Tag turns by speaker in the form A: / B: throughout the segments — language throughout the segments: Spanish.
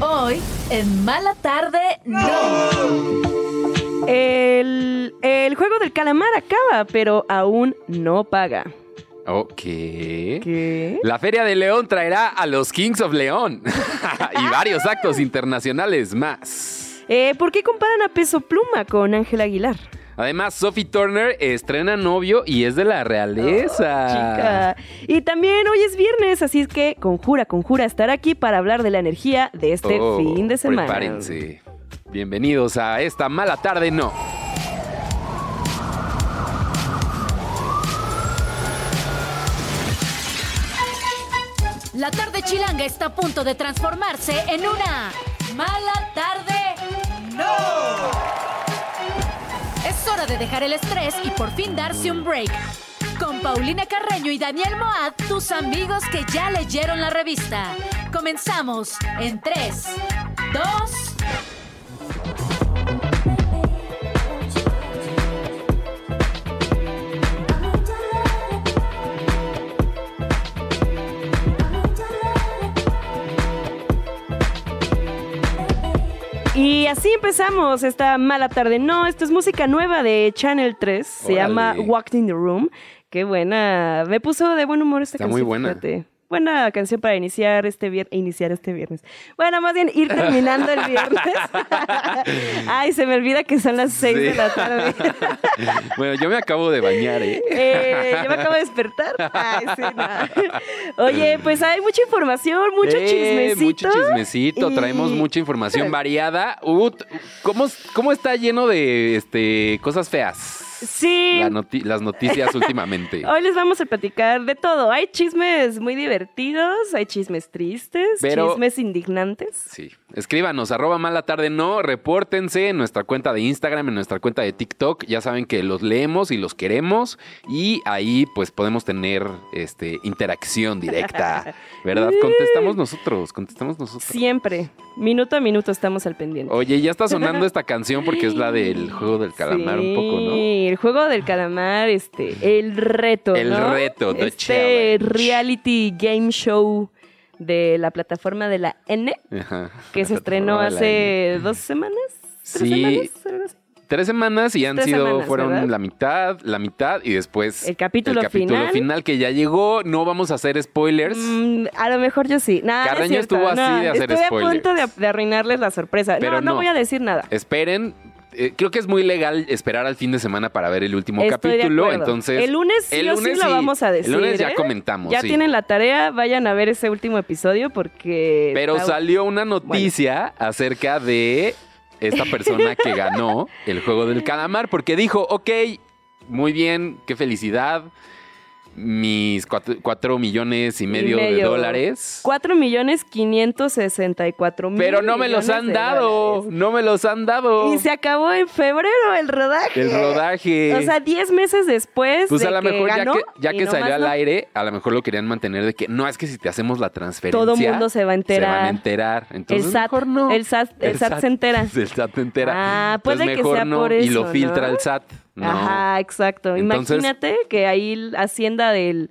A: Hoy en Mala Tarde No.
B: El, el juego del calamar acaba, pero aún no paga.
C: Ok.
B: ¿Qué?
C: La Feria de León traerá a los Kings of León y varios actos internacionales más.
B: Eh, ¿Por qué comparan a Peso Pluma con Ángel Aguilar?
C: Además, Sophie Turner estrena novio y es de la realeza.
B: Oh, chica. Y también hoy es viernes, así es que conjura, conjura estar aquí para hablar de la energía de este
C: Oh,
B: fin de semana.
C: Prepárense. Bienvenidos a esta mala tarde, no.
A: La tarde chilanga está a punto de transformarse en una Mala Tarde No. Es hora de dejar el estrés y por fin darse un break. Con Paulina Carreño y Daniel Moad, tus amigos que ya leyeron la revista. Comenzamos en 3, 2,
B: Y así empezamos esta mala tarde. No, esto es música nueva de Channel 3. Se
C: Órale.
B: llama Walked in the Room. Qué buena. Me puso de buen humor esta
C: Está muy
B: canción.
C: buena.
B: fíjate. Buena canción para iniciar este viernes. Iniciar este viernes. Bueno, más bien ir terminando el viernes. Ay, se me olvida que son las 6 de
C: Sí.
B: la tarde.
C: bueno, yo me acabo de bañar, ¿eh?
B: Eh, yo me acabo de despertar. Ay, sí, no. Oye, pues hay mucha información, mucho
C: Eh,
B: chismecito.
C: Mucho chismecito,
B: y-
C: traemos mucha información variada. Ut, ¿cómo, ¿Cómo está lleno de este, cosas feas?
B: Sí,
C: La noti- las noticias últimamente.
B: Hoy les vamos a platicar de todo. Hay chismes muy divertidos, hay chismes tristes,
C: Pero-
B: chismes indignantes.
C: Sí, escríbanos, arroba mala tarde no, repórtense en nuestra cuenta de Instagram, en nuestra cuenta de TikTok, ya saben que los leemos y los queremos y ahí pues podemos tener este, interacción directa, ¿verdad? Contestamos nosotros, contestamos nosotros.
B: Siempre, minuto a minuto estamos al pendiente.
C: Oye, ya está sonando esta canción porque es la del juego del calamar un poco,
B: Sí,
C: ¿no?
B: el juego del calamar, este, el reto,
C: El
B: ¿no?
C: reto, the
B: Este
C: challenge.
B: reality game show de la plataforma de la N,
C: Ajá.
B: que se estrenó
C: Órale.
B: hace dos semanas, tres
C: Sí.
B: semanas, algo así.
C: Tres semanas y han
B: Tres
C: sido,
B: semanas,
C: fueron
B: ¿verdad?
C: la mitad, la mitad y después
B: El capítulo
C: el capítulo
B: final.
C: final. que ya llegó. No vamos a hacer spoilers.
B: Mm, a lo mejor yo sí. Nada, no es
C: Pues Carreño
B: cierto,
C: estuvo así
B: no,
C: de hacer
B: Estoy a punto de,
C: spoilers.
B: de arruinarles la sorpresa.
C: Pero
B: no, no,
C: no.
B: voy a decir nada.
C: Esperen. eh, creo que es muy legal esperar al fin de semana para ver el último
B: Estoy de
C: capítulo.
B: acuerdo.
C: entonces,
B: el lunes sí
C: el
B: o
C: lunes
B: sí lo
C: sí.
B: vamos a decir.
C: El lunes ya
B: ¿eh?
C: comentamos.
B: Ya
C: sí.
B: tienen la tarea, vayan a ver ese último episodio porque.
C: Pero
B: está-
C: salió una noticia acerca de esta persona que ganó el juego del calamar porque dijo, ok, muy bien, qué felicidad. Mis cuatro, cuatro millones y medio, de
B: medio.
C: dólares.
B: 4 millones 564 mil.
C: Pero no me los
B: millones
C: han
B: de
C: dado.
B: dólares.
C: No me los han dado.
B: Y se acabó en febrero el rodaje.
C: El rodaje.
B: O sea, 10 meses después.
C: pues a
B: de
C: lo mejor ya
B: ganó,
C: que, ya
B: y
C: que salió
B: nomás
C: al
B: no-
C: aire, a lo mejor lo querían mantener de que no es que si te hacemos la transferencia.
B: Todo mundo se va a
C: se van a
B: enterar.
C: enterar. Entonces,
B: el SAT,
C: mejor no.
B: el SAT, el SAT se entera.
C: El SAT se entera.
B: Ah,
C: Entonces,
B: puede que
C: mejor
B: sea
C: no.
B: por
C: Y lo
B: eso,
C: filtra
B: ¿no?
C: el SAT. No.
B: Ajá, exacto.
C: Entonces-
B: Imagínate que ahí la hacienda del,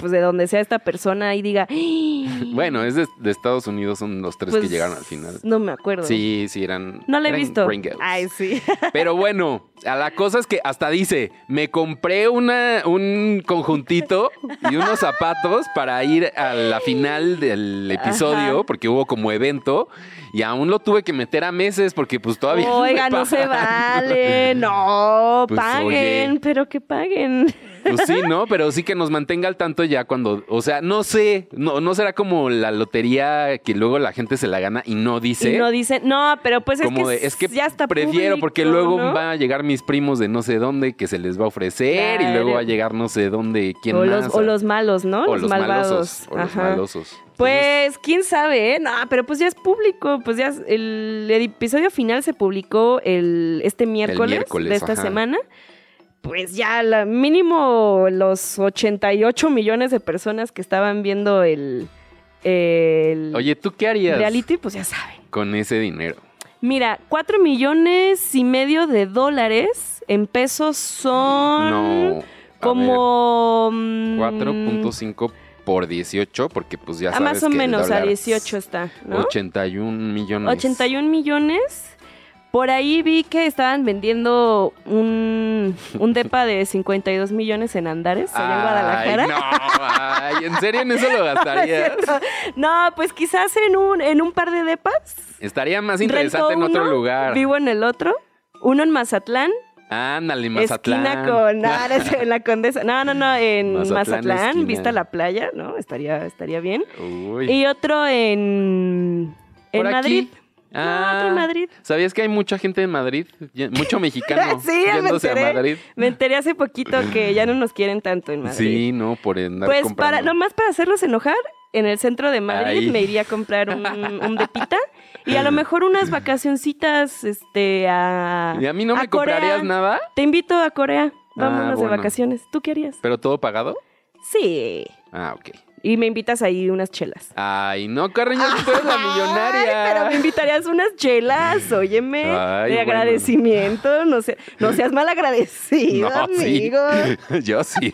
B: pues de donde sea esta persona ahí diga, "Ay,
C: Bueno, es de, de Estados Unidos, son los tres que
B: pues,
C: llegaron al final.
B: No me acuerdo.
C: Sí, sí, eran.
B: No la he
C: eran
B: visto.
C: gringos.
B: Ay, sí.
C: Pero bueno, a la cosa es que hasta dice, me compré una, un conjuntito y unos zapatos para ir a la final del episodio,
B: Ajá.
C: porque hubo como evento, y aún lo tuve que meter a meses porque pues todavía... me
B: Oiga, no se
C: pagan.
B: vale. No,
C: Pues,
B: paguen,
C: oye.
B: pero que paguen.
C: Pues sí, ¿no? Pero sí que nos mantenga al tanto ya cuando, o sea, no sé, no, no será como la lotería que luego la gente se la gana y no dice.
B: Y no dicen, no, pero pues es
C: como
B: que,
C: de, es que
B: ya está
C: prefiero
B: público,
C: porque luego
B: ¿no?
C: van a llegar mis primos de no sé dónde que se les va a ofrecer y luego
B: Claro.
C: va a llegar no sé dónde quién
B: o
C: más.
B: los, o los malos, ¿no?
C: o
B: los,
C: los
B: malvados.
C: malosos. O los
B: Ajá.
C: malosos. Entonces,
B: Pues quién sabe, ¿eh? No, pero pues ya es público, pues ya es- el episodio final se publicó el este miércoles,
C: miércoles,
B: de esta
C: ajá.
B: semana. Pues ya la- mínimo los 88 millones de personas que estaban viendo el, el
C: Oye, ¿tú qué harías
B: reality, pues ya saben.
C: con ese dinero?
B: Mira, 4 millones y medio de dólares en pesos son
C: No. a ver,
B: como mm,
C: 4.5 por 18, porque pues ya
B: Ah,
C: sabes
B: más o
C: que el
B: menos, a
C: dólar,
B: 18 está, ¿no?
C: 81 millones.
B: 81 millones. Por ahí vi que estaban vendiendo un, un depa de 52 millones en Andares, allá en Guadalajara.
C: Ay, no, ay, ¿en serio en eso lo gastarías?
B: No, pues quizás en un, en un par de depas.
C: Estaría más
B: Rento
C: interesante en otro
B: uno,
C: lugar.
B: Vivo en el otro. Uno en Mazatlán,
C: Ándale, Mazatlán.
B: esquina con no, no es en la Condesa. No, no, no, en
C: Mazatlán,
B: Mazatlán,
C: esquina.
B: vista la playa, ¿no? Estaría, estaría bien.
C: Uy.
B: Y otro en, en
C: Por aquí.
B: Madrid.
C: Ah,
B: No, otro en Madrid.
C: ¿Sabías que hay mucha gente de Madrid? Ya- Mucho mexicano
B: Sí, ya me
C: yéndose a
B: enteré.
C: Madrid.
B: Me enteré hace poquito que ya no nos quieren tanto en Madrid.
C: Sí, no, por andar
B: Pues para,
C: comprando.
B: nomás para hacerlos enojar, en el centro de Madrid
C: Ahí.
B: me iría a comprar un, un depita y a lo mejor unas vacacioncitas este, a.
C: ¿Y a mí no me comprarías
B: Corea.
C: nada? Ah,
B: Te invito a Corea. Vámonos
C: bueno.
B: de vacaciones. ¿Tú qué harías?
C: ¿Pero todo pagado?
B: Sí.
C: Ah, ok.
B: Y me invitas ahí unas chelas.
C: Ay, no, Carreño, si tú eres la millonaria.
B: Ay, pero me invitarías unas chelas, óyeme,
C: Ay,
B: de
C: bueno.
B: agradecimiento, no, sea- no seas mal agradecido,
C: No, sí.
B: amigo.
C: Yo sí.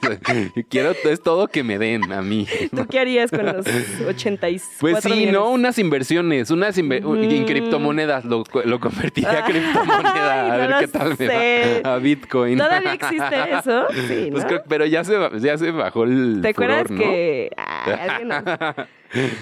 C: Quiero, es todo que me den a mí.
B: ¿Tú qué harías con los 85?
C: Pues sí, ¿no? Unas inversiones, unas inve-
B: Ujú.
C: en criptomonedas, lo, lo convertiría a
B: Ay,
C: criptomoneda, a
B: no
C: ver
B: lo
C: qué tal me
B: sé.
C: va a Bitcoin.
B: ¿Todavía existe eso? Sí,
C: Pues
B: ¿no?
C: creo- pero ya se, ba- ya se bajó el
B: ¿Te
C: furor,
B: acuerdas
C: ¿no?
B: que...? Ay, alguien nos-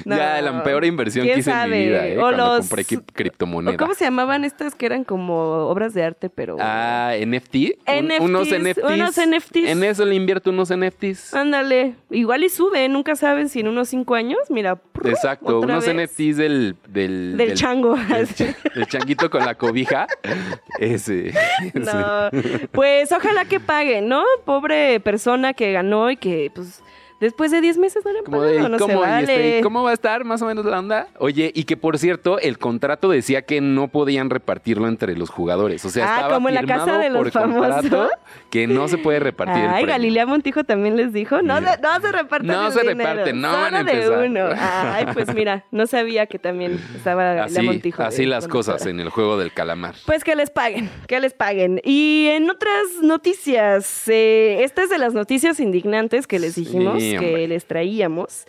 B: No.
C: Ya, la peor inversión que
B: ¿Quién
C: hice en mi
B: sabe?
C: vida, ¿eh?
B: O
C: cuando
B: los-
C: compré cri-
B: ¿O
C: criptomonedas.
B: ¿Cómo se llamaban estas que eran como obras de arte, pero...?
C: Ah, ¿NFT? Un-
B: NFTs,
C: unos NFTs.
B: unos NFTs.
C: En eso le invierto unos NFTs.
B: Ah, Ándale, igual y sube, nunca saben si en unos cinco años, mira. prr,
C: Exacto,
B: otra
C: unos
B: vez.
C: NFTs del... Del,
B: Del, chango.
C: del cha- del changuito con la cobija. Ese. ese.
B: No, pues ojalá que pague, ¿no? Pobre persona que ganó y que, pues, después de 10 meses no le han
C: Como
B: pagado,
C: de,
B: no se
C: ¿cómo, y este,
B: vale.
C: ¿Cómo va a estar más o menos la onda? Oye, y que por cierto, el contrato decía que no podían repartirlo entre los jugadores. O sea,
B: Ah,
C: estaba
B: como en la
C: firmado
B: casa de los
C: por contrato
B: famosos.
C: que no se puede repartir. el
B: Ay,
C: premio.
B: Galilea Montijo también les dijo, no,
C: Mira.
B: se- no se reparten
C: No
B: el
C: se
B: dinero,
C: reparten, no
B: solo
C: van a empezar.
B: de uno. Ay, pues mira, no sabía que también estaba Galilea
C: Así,
B: Montijo. eh, de
C: así las
B: conductora.
C: cosas en el juego del calamar.
B: Pues que les paguen, que les paguen. Y en otras noticias, eh, esta es de las noticias indignantes que les
C: Sí,
B: dijimos,
C: hombre.
B: que les traíamos.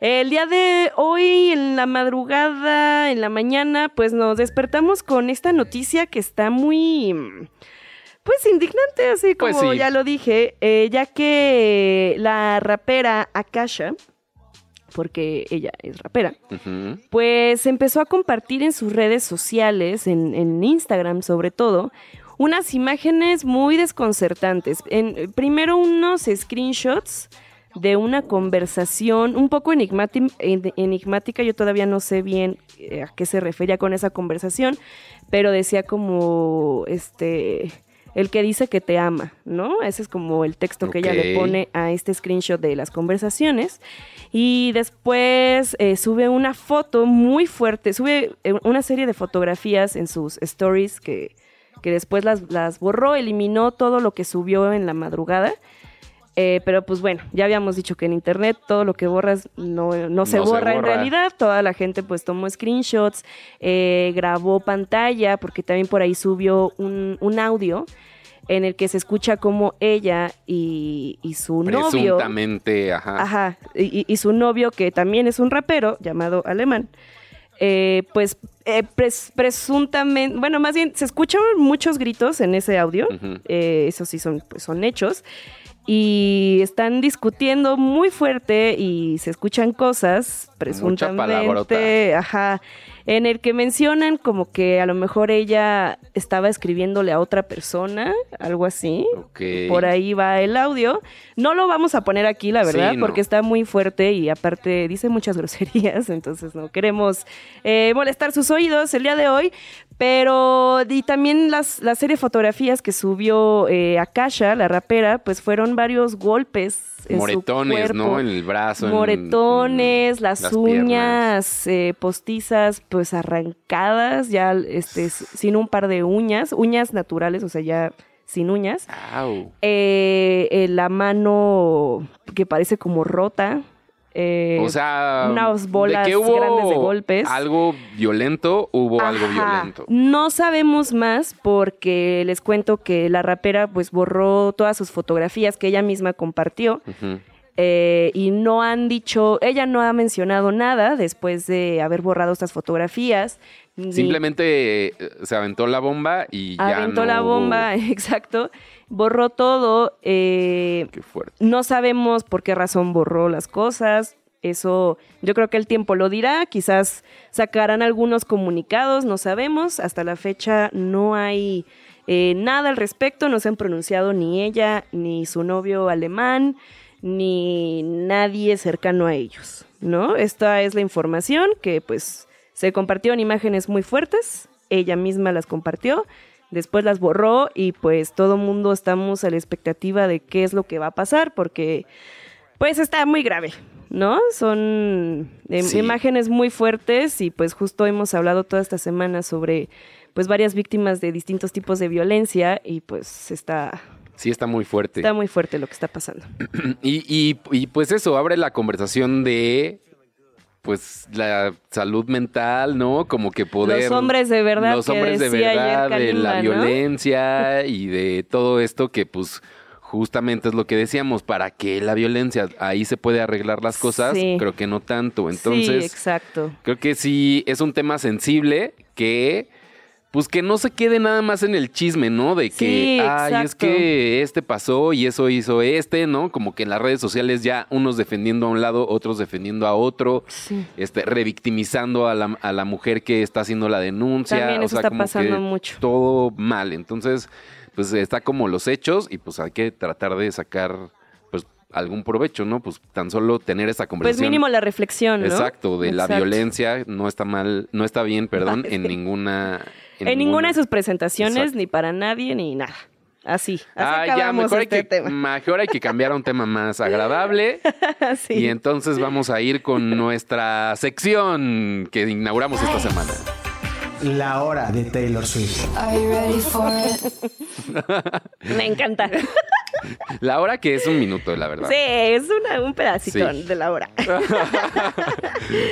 B: El día de hoy, en la madrugada, en la mañana, pues nos despertamos con esta noticia que está muy, mm, pues indignante, así
C: Pues
B: como
C: sí.
B: ya lo dije, eh, ya que la rapera Akasha, porque ella es rapera,
C: Ujú.
B: pues empezó a compartir en sus redes sociales, en, en Instagram sobre todo, unas imágenes muy desconcertantes. En- primero unos screenshots de una conversación un poco enigmati- en- enigmática, yo todavía no sé bien eh, a qué se refería con esa conversación, pero decía como, este, el que dice que te ama, ¿no? Ese es como el texto que ella le
C: Ok.
B: pone a este screenshot de las conversaciones. Y después eh, sube una foto muy fuerte, sube eh, una serie de fotografías en sus stories que, que después las, las borró, eliminó todo lo que subió en la madrugada. Eh, pero pues bueno, ya habíamos dicho que en internet todo lo que borras no, no se,
C: No se
B: borra en
C: borra.
B: realidad. Toda la gente pues tomó screenshots, eh, grabó pantalla, porque también por ahí subió un, un audio en el que se escucha como ella y, y su novio...
C: Presuntamente, ajá.
B: Ajá, y, y- y su novio, que también es un rapero llamado Alemán, eh, pues eh, pres- presuntamente, bueno, más bien se escuchan muchos gritos en ese audio,
C: Ujú.
B: eh, eso sí son, pues, son hechos, y están discutiendo muy fuerte y se escuchan cosas, presuntamente,
C: palabrota.
B: ajá, en el que mencionan como que a lo mejor ella estaba escribiéndole a otra persona, algo así.
C: Ok.
B: Por ahí va el audio. No lo vamos a poner aquí, la verdad,
C: Sí, no.
B: porque está muy fuerte y aparte dice muchas groserías, entonces no queremos eh, molestar sus oídos el día de hoy. Pero, y también las, la serie de fotografías que subió eh, Akasha, la rapera, pues fueron varios golpes. En
C: Moretones,
B: su cuerpo.
C: ¿no? En el brazo. en-
B: Moretones,
C: en
B: las,
C: piernas.
B: uñas eh, postizas, pues arrancadas, ya este, s- sin un par de uñas, uñas naturales, o sea, ya sin uñas.
C: Au.
B: Eh, eh, la mano que parece como rota. eh,
C: O sea,
B: unas bolas
C: de que hubo
B: grandes de golpes.
C: Algo violento, hubo algo
B: ajá.
C: violento.
B: No sabemos más porque les cuento que la rapera pues borró todas sus fotografías que ella misma compartió
C: Ujú.
B: eh, y no han dicho, ella no ha mencionado nada después de haber borrado estas fotografías. ni-
C: Simplemente eh, se aventó la bomba y ya.
B: aventó
C: no
B: la
C: hubo-
B: bomba, exacto, borró todo, eh,
C: Qué fuerte.
B: no sabemos por qué razón borró las cosas. Eso yo creo que el tiempo lo dirá, quizás sacarán algunos comunicados, no sabemos, hasta la fecha no hay eh, nada al respecto, no se han pronunciado ni ella, ni su novio alemán, ni nadie cercano a ellos, ¿no? Esta es la información que pues se compartió en imágenes muy fuertes, ella misma las compartió, después las borró y pues todo mundo estamos a la expectativa de qué es lo que va a pasar porque pues está muy grave, ¿no? Son em,
C: Sí.
B: imágenes muy fuertes y pues justo hemos hablado toda esta semana sobre pues varias víctimas de distintos tipos de violencia y pues está,
C: Sí, está muy fuerte.
B: está muy fuerte lo que está pasando.
C: Y, y- y, pues eso, abre la conversación de pues la salud mental, ¿no? Como que poder.
B: Los hombres de verdad
C: Los
B: que
C: hombres de
B: decía ayer
C: verdad, de
B: Kalimba,
C: la
B: ¿no?
C: violencia y de todo esto que pues justamente es lo que decíamos, para que la violencia ahí se puede arreglar las cosas,
B: Sí.
C: creo que no tanto.
B: sí,
C: Entonces,
B: exacto.
C: creo que sí es un tema sensible que pues que no se quede nada más en el chisme, ¿no? De que,
B: Sí,
C: ay, es
B: exacto.
C: que este pasó y eso hizo este, ¿no? Como que en las redes sociales ya unos defendiendo a un lado, otros defendiendo a otro
B: Sí.
C: este, revictimizando a la, a la mujer que está haciendo la denuncia.
B: También
C: o
B: eso
C: sea,
B: está
C: como
B: pasando
C: que
B: mucho.
C: Todo mal. Entonces, pues está como los hechos y pues hay que tratar de sacar pues algún provecho, ¿no? Pues tan solo tener esa
B: Pues
C: conversación.
B: mínimo la reflexión, ¿no?
C: Exacto, de la
B: Exacto.
C: violencia no está mal, no está bien, perdón, en ninguna...
B: En, ninguna de sus presentaciones,
C: Exacto.
B: ni para nadie, ni nada. Así, así
C: Ah, ya,
B: acabamos
C: mejor,
B: este
C: hay que, mm,
B: tema.
C: mejor hay que cambiar a un tema más agradable.
B: Así.
C: Y entonces vamos a ir con nuestra sección que inauguramos esta semana.
D: La hora de Taylor Swift.
E: Are you ready for it?
B: Me encanta.
C: La hora que es un minuto, la verdad.
B: Sí, es una- un pedacito
C: Sí.
B: de la hora.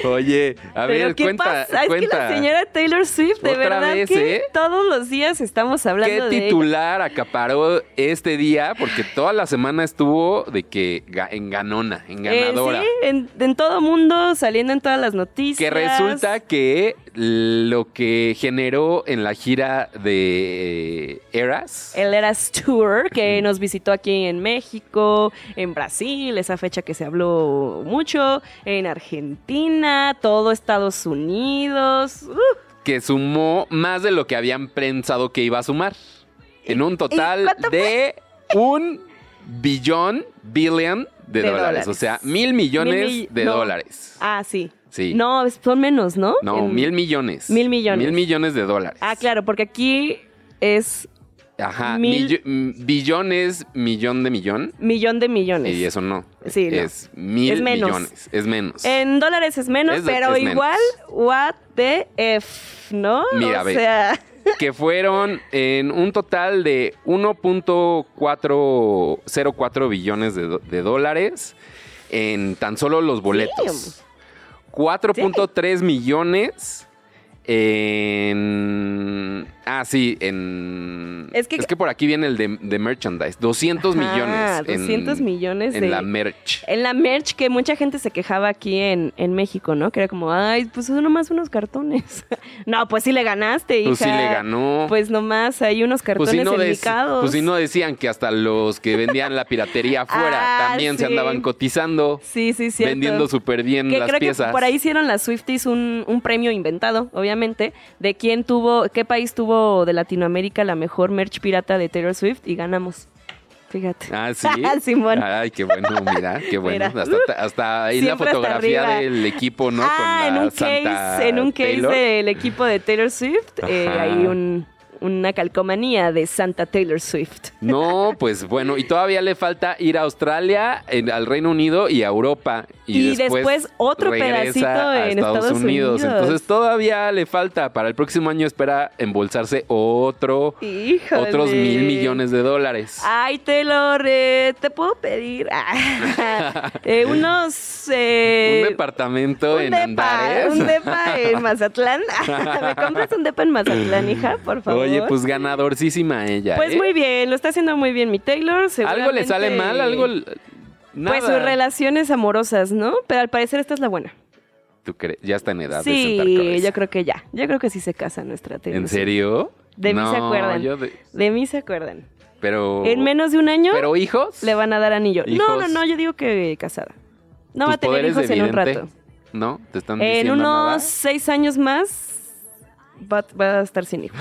C: Oye, a
B: Pero
C: ver,
B: ¿qué
C: cuenta,
B: pasa? Es que
C: cuenta.
B: la señora Taylor Swift, de
C: Otra
B: verdad
C: vez,
B: que
C: ¿eh?
B: todos los días estamos hablando
C: ¿Qué
B: de ella.
C: titular acaparó este día? Porque toda la semana estuvo de que ga- en ganona, en
B: Eh,
C: ganadora.
B: sí, en, en todo mundo, saliendo en todas las noticias.
C: Que resulta que lo que generó en la gira de eh, Eras.
B: El Eras Tour, que nos visitó aquí en México, en Brasil, esa fecha que se habló mucho, en Argentina, todo Estados Unidos. ¡uh!
C: que sumó más de lo que habían pensado que iba a sumar. En un total de un billón, billion de,
B: De
C: dólares.
B: dólares.
C: O sea, mil millones
B: Mil mi-
C: de
B: no.
C: dólares.
B: Ah, sí.
C: Sí.
B: No, es- son menos, ¿no?
C: No,
B: En-
C: mil millones.
B: Mil millones.
C: Mil millones de dólares.
B: Ah, claro, porque aquí es
C: Ajá.
B: Mil-
C: millo- mm, billón es millón de millón.
B: millón de millones.
C: Y eso no.
B: Sí, no.
C: Es mil
B: Es menos.
C: millones. Es menos.
B: En dólares es menos,
C: Es-
B: pero
C: es menos.
B: igual, what the F, ¿no?
C: Mira,
B: o
C: ve.
B: sea,
C: que fueron en un total de 1.404 billones de, do- de dólares en tan solo los boletos. 4.3 millones en... Ah, sí, en...
B: Es que-
C: por aquí viene el de, de merchandise. 200
B: Ajá,
C: millones. en-
B: 200 millones
C: En
B: de-
C: la merch.
B: en la merch que mucha gente se quejaba aquí en, en México, ¿no? Que era como, ay, pues son nomás unos cartones. no, pues sí le ganaste, hija.
C: Pues sí le ganó.
B: Pues nomás hay unos
C: Pues
B: cartones
C: si, no dec-
B: enmicados.
C: pues si no decían que hasta los que vendían la piratería afuera
B: Ah,
C: también se
B: sí.
C: andaban cotizando.
B: Sí, sí, cierto.
C: vendiendo súper bien
B: Que
C: las
B: creo
C: piezas.
B: que por ahí hicieron las Swifties un, un premio inventado, obviamente, de quién tuvo, qué país tuvo de Latinoamérica la mejor merch pirata de Taylor Swift y ganamos. Fíjate.
C: Ah, sí.
B: Simón.
C: Ay, qué bueno, mira, qué bueno.
B: Mira.
C: Hasta, hasta ahí la
B: Siempre hasta
C: fotografía
B: arriba.
C: del equipo, ¿no?
B: ah,
C: Con
B: en
C: la
B: un
C: Santa
B: case, en un case
C: Taylor.
B: del equipo de Taylor Swift, eh,
C: Ajá.
B: hay un- una calcomanía de Santa Taylor Swift.
C: No, pues bueno, y todavía le falta ir a Australia, en- al Reino Unido y a Europa. Y,
B: Y después otro
C: regresa
B: pedacito
C: a
B: en Estados Unidos.
C: Entonces todavía le falta. Para el próximo año espera embolsarse otro,
B: Híjole. Ah,
C: otros mil millones de dólares.
B: Ay, Taylor, eh, te puedo pedir Ah, eh, unos... eh,
C: un departamento en
B: depa,
C: Andares.
B: un depa en Mazatlán. ¿Me compras un depa en Mazatlán, hija? Por favor.
C: Oye, pues ganadorcísima ella.
B: Pues
C: ¿eh?
B: muy bien, lo está haciendo muy bien mi Taylor.
C: Algo le sale
B: seguramente-
C: mal, algo. Nada.
B: Pues sus relaciones amorosas, ¿no? Pero al parecer esta es la buena.
C: ¿Tú crees? Ya está en edad de sentar
B: Sí,
C: cabeza.
B: yo creo que ya. Yo creo que sí se casa nuestra Taylor
C: ¿En
B: Swift.
C: serio?
B: De mí se
C: No,
B: acuerdan.
C: yo
B: de...
C: de-
B: mí se acuerdan.
C: Pero.
B: En menos de un año
C: Oh. ¿Pero hijos?
B: le van a dar anillo. No,
C: Hijos.
B: no, no, yo digo que casada. No
C: Tus
B: va a tener
C: poderes de
B: hijos en un
C: vidente,
B: rato.
C: ¿No? ¿Te están
B: En
C: diciendo
B: unos
C: nada?
B: seis años más va, va a estar sin hijos.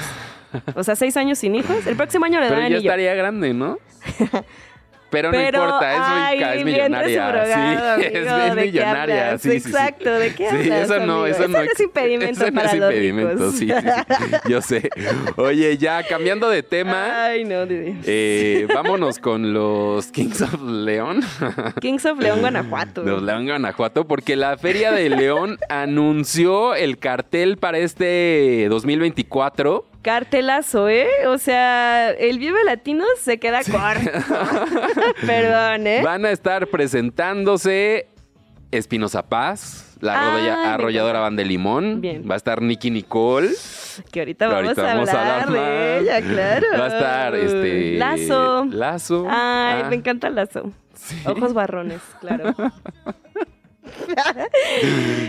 B: O sea, seis años sin hijos. El próximo año le dan
C: Pero ya
B: anillo.
C: estaría grande, ¿no? Pero,
B: Pero,
C: no importa, es,
B: ay,
C: mica- es
B: bien
C: millonaria.
B: desbrogado,
C: Sí,
B: amigo,
C: es, es
B: ¿de qué
C: millonaria.
B: hablas?
C: Sí, sí, sí.
B: Exacto, ¿de qué
C: Sí,
B: hablas,
C: eso no,
B: amigo?
C: eso,
B: Eso no es impedimento
C: eso no
B: para
C: es
B: los
C: impedimento,
B: ricos.
C: sí, sí, sí. Yo sé. Oye, ya cambiando de tema,
B: Ay, no, Dios.
C: eh, vámonos con los Kings of León.
B: Kings of
C: Eh,
B: León, Guanajuato.
C: Los León Guanajuato, porque la Feria de León anunció el cartel para este 2024.
B: Cartelazo, ¿eh? O sea, el Vive Latino se queda corto. Perdón, ¿eh?
C: Van a estar presentándose Espinoza Paz, la
B: Ah,
C: arrolla-
B: me
C: arrolladora
B: encanta.
C: Van de Limón,
B: Bien.
C: va a estar Nicky Nicole,
B: Que ahorita
C: que
B: vamos,
C: ahorita
B: a,
C: vamos a
B: hablar
C: hablar
B: de
C: más.
B: ella, claro.
C: va a estar este
B: Lazo.
C: Lazo.
B: Ay,
C: Ah,
B: me encanta Lazo. Ojos barrones, claro.